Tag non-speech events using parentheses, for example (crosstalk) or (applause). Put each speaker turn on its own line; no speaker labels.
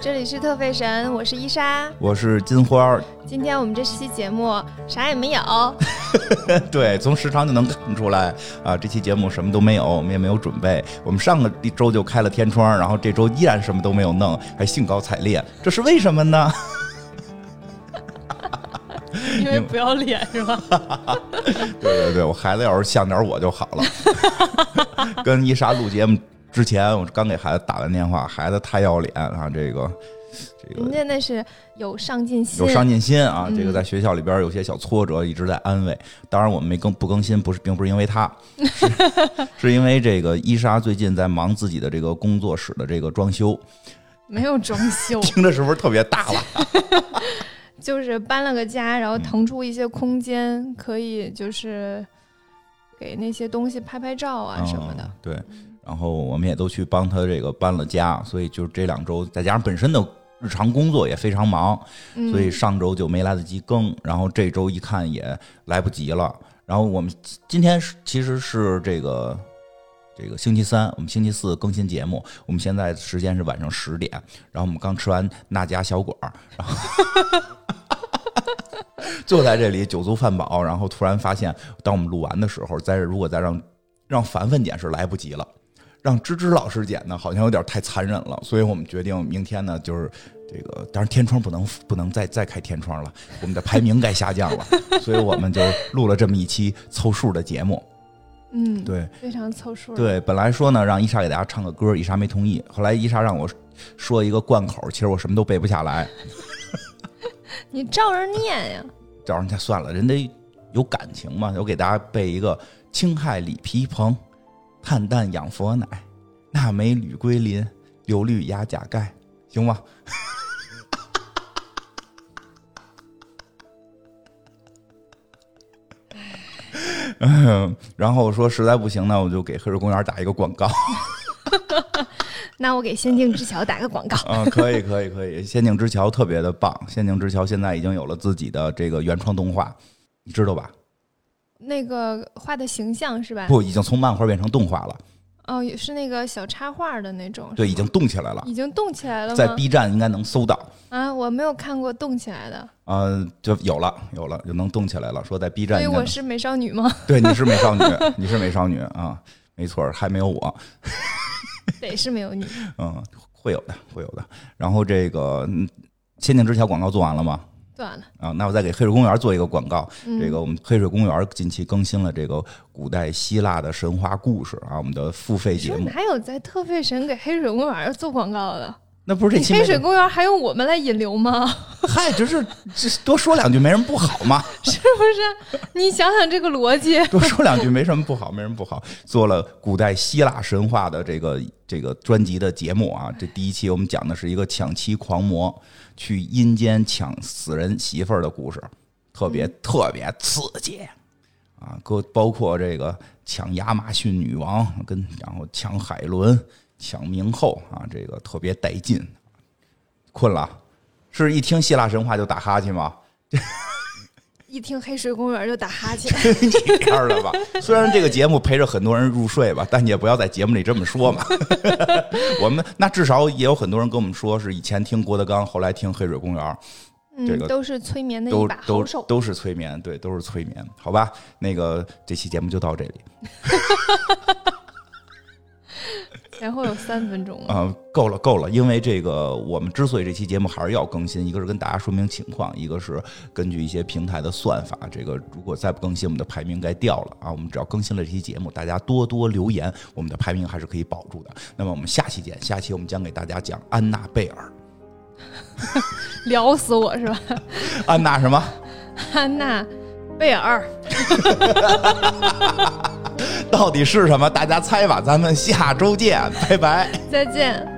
这里是特费神，我是伊莎。
我是金花儿， (laughs)
今天我们这期节目啥也没有，
对，从时长就能看出来啊，这期节目什么都没有，我们也没有准备。我们上个周就开了天窗，然后这周依然什么都没有弄，还兴高采烈，这是为什么呢？
因为不要脸是吧？
对 (laughs) 对对，我孩子要是像点我就好了。 (laughs) 跟伊莎录节目之前，我刚给孩子打完电话，孩子太要脸啊，这个这个
人家那是有上进心，
有上进心啊，这个
嗯
在学校里边有些小挫折，一直在安慰。当然，我们没更不更新，不是并不是因为
(laughs)
他，是是因为这个伊莎最近在忙自己的这个工作室的这个装修，
没有装
(laughs)
修
听着是不是特别大了？
就是搬了个家，然后腾出一些空间，可以就是给那些东西拍拍照啊什么的
嗯。对，然后我们也都去帮他这个搬了家，所以就这两周，再加上本身的日常工作也非常忙，
嗯，
所以上周就没来得及更，然后这周一看也来不及了。然后我们今今天是其实是这个这个星期三，我们星期四更新节目，我们现在时间是晚上十点，然后我们刚吃完那家小馆儿，然后 (laughs) 就在这里酒足饭饱，然后突然发现，当我们录完的时候，再如果再让让凡凡姐是来不及了。让芝芝老师剪呢，好像有点太残忍了，所以我们决定明天呢，就是这个，当然天窗不能不能再再开天窗了，我们的排名该下降了，所以我们就录了这么一期凑数的节目。
嗯，
对
非常凑数。，
对，本来说呢让伊莎给大家唱个歌，伊莎没同意，后来伊莎让我说一个贯口，其实我什么都背不下来，
你照着念呀。
叫人家算了，人得有感情嘛，我给大家背一个：青海李皮蓬，炭氮养佛奶，纳美铝龟林，柳绿压甲盖，行吗？ (laughs) 嗯，然后说实在不行呢，我就给黑水公园打一个广告
那我给《仙境之桥》打个广告。 (laughs)
(laughs) 啊、可以，可以，可以。仙境之桥特别的棒，仙境之桥现在已经有了自己的这个原创动画，你知道吧？
那个画的形象是吧？
不，已经从漫画变成动画了。
哦，也是那个小插画的那种。
(laughs) 对，
是
已
吗
经动起来了，
已经动起来了吗？
在 B 站应该能搜到。
啊，我没有看过动起来的，
嗯、就有了，有了，就能动起来了。说在 B
所
站
以
应该
我
能，
是美少女吗？ (laughs)
对，你是美少女，你是美少女啊，没错，还没有我，
得是美有女。
嗯，会有的，会有的。然后这个嗯《仙境之桥》广告做完了吗？
算了，
啊，那我再给黑水公园做一个广告。
嗯、
这个我们黑水公园近期更新了这个古代希腊的神话故事啊，我们的付费节
说
目。
哪有在特费神给黑水公园做广告的？
那不是这
你
期
黑
没
水公园还用我们来引流吗？ (laughs)
嗨，只是这多说两句没什么不好嘛。
是不是？你想想这个逻辑，
多说两句没什么不好，没什么不好。做了古代希腊神话的这个这个专辑的节目啊，这第一期我们讲的是一个抢妻狂魔去阴间抢死人媳妇儿的故事，特别特别刺激啊！各包括这个抢亚马逊女王，跟然后抢海伦、抢冥后啊，这个特别带劲。困了，是一听希腊神话就打哈欠吗？
一听黑水公园就打哈欠。
(laughs) 你样了吧？虽然这个节目陪着很多人入睡吧，但你也不要在节目里这么说嘛。 (laughs) 我们那至少也有很多人跟我们说，是以前听郭德纲，后来听黑水公园，这
嗯，
个
都是催眠的一
都
把好
都
手。
都是催眠，对，都是催眠，好吧？那个这期节目就到这里
前后有三分钟了。
啊、够了够了，因为这个我们之所以这期节目还是要更新，一个是跟大家说明情况，一个是根据一些平台的算法，这个如果再不更新，我们的排名该掉了啊。我们只要更新了这期节目，大家多多留言，我们的排名还是可以保住的。那么我们下期见，下期我们将给大家讲安娜贝尔，
聊死我是吧？ (laughs)
安娜什么？
安娜贝尔，
到底是什么？大家猜吧，咱们下周见，拜拜。
再见。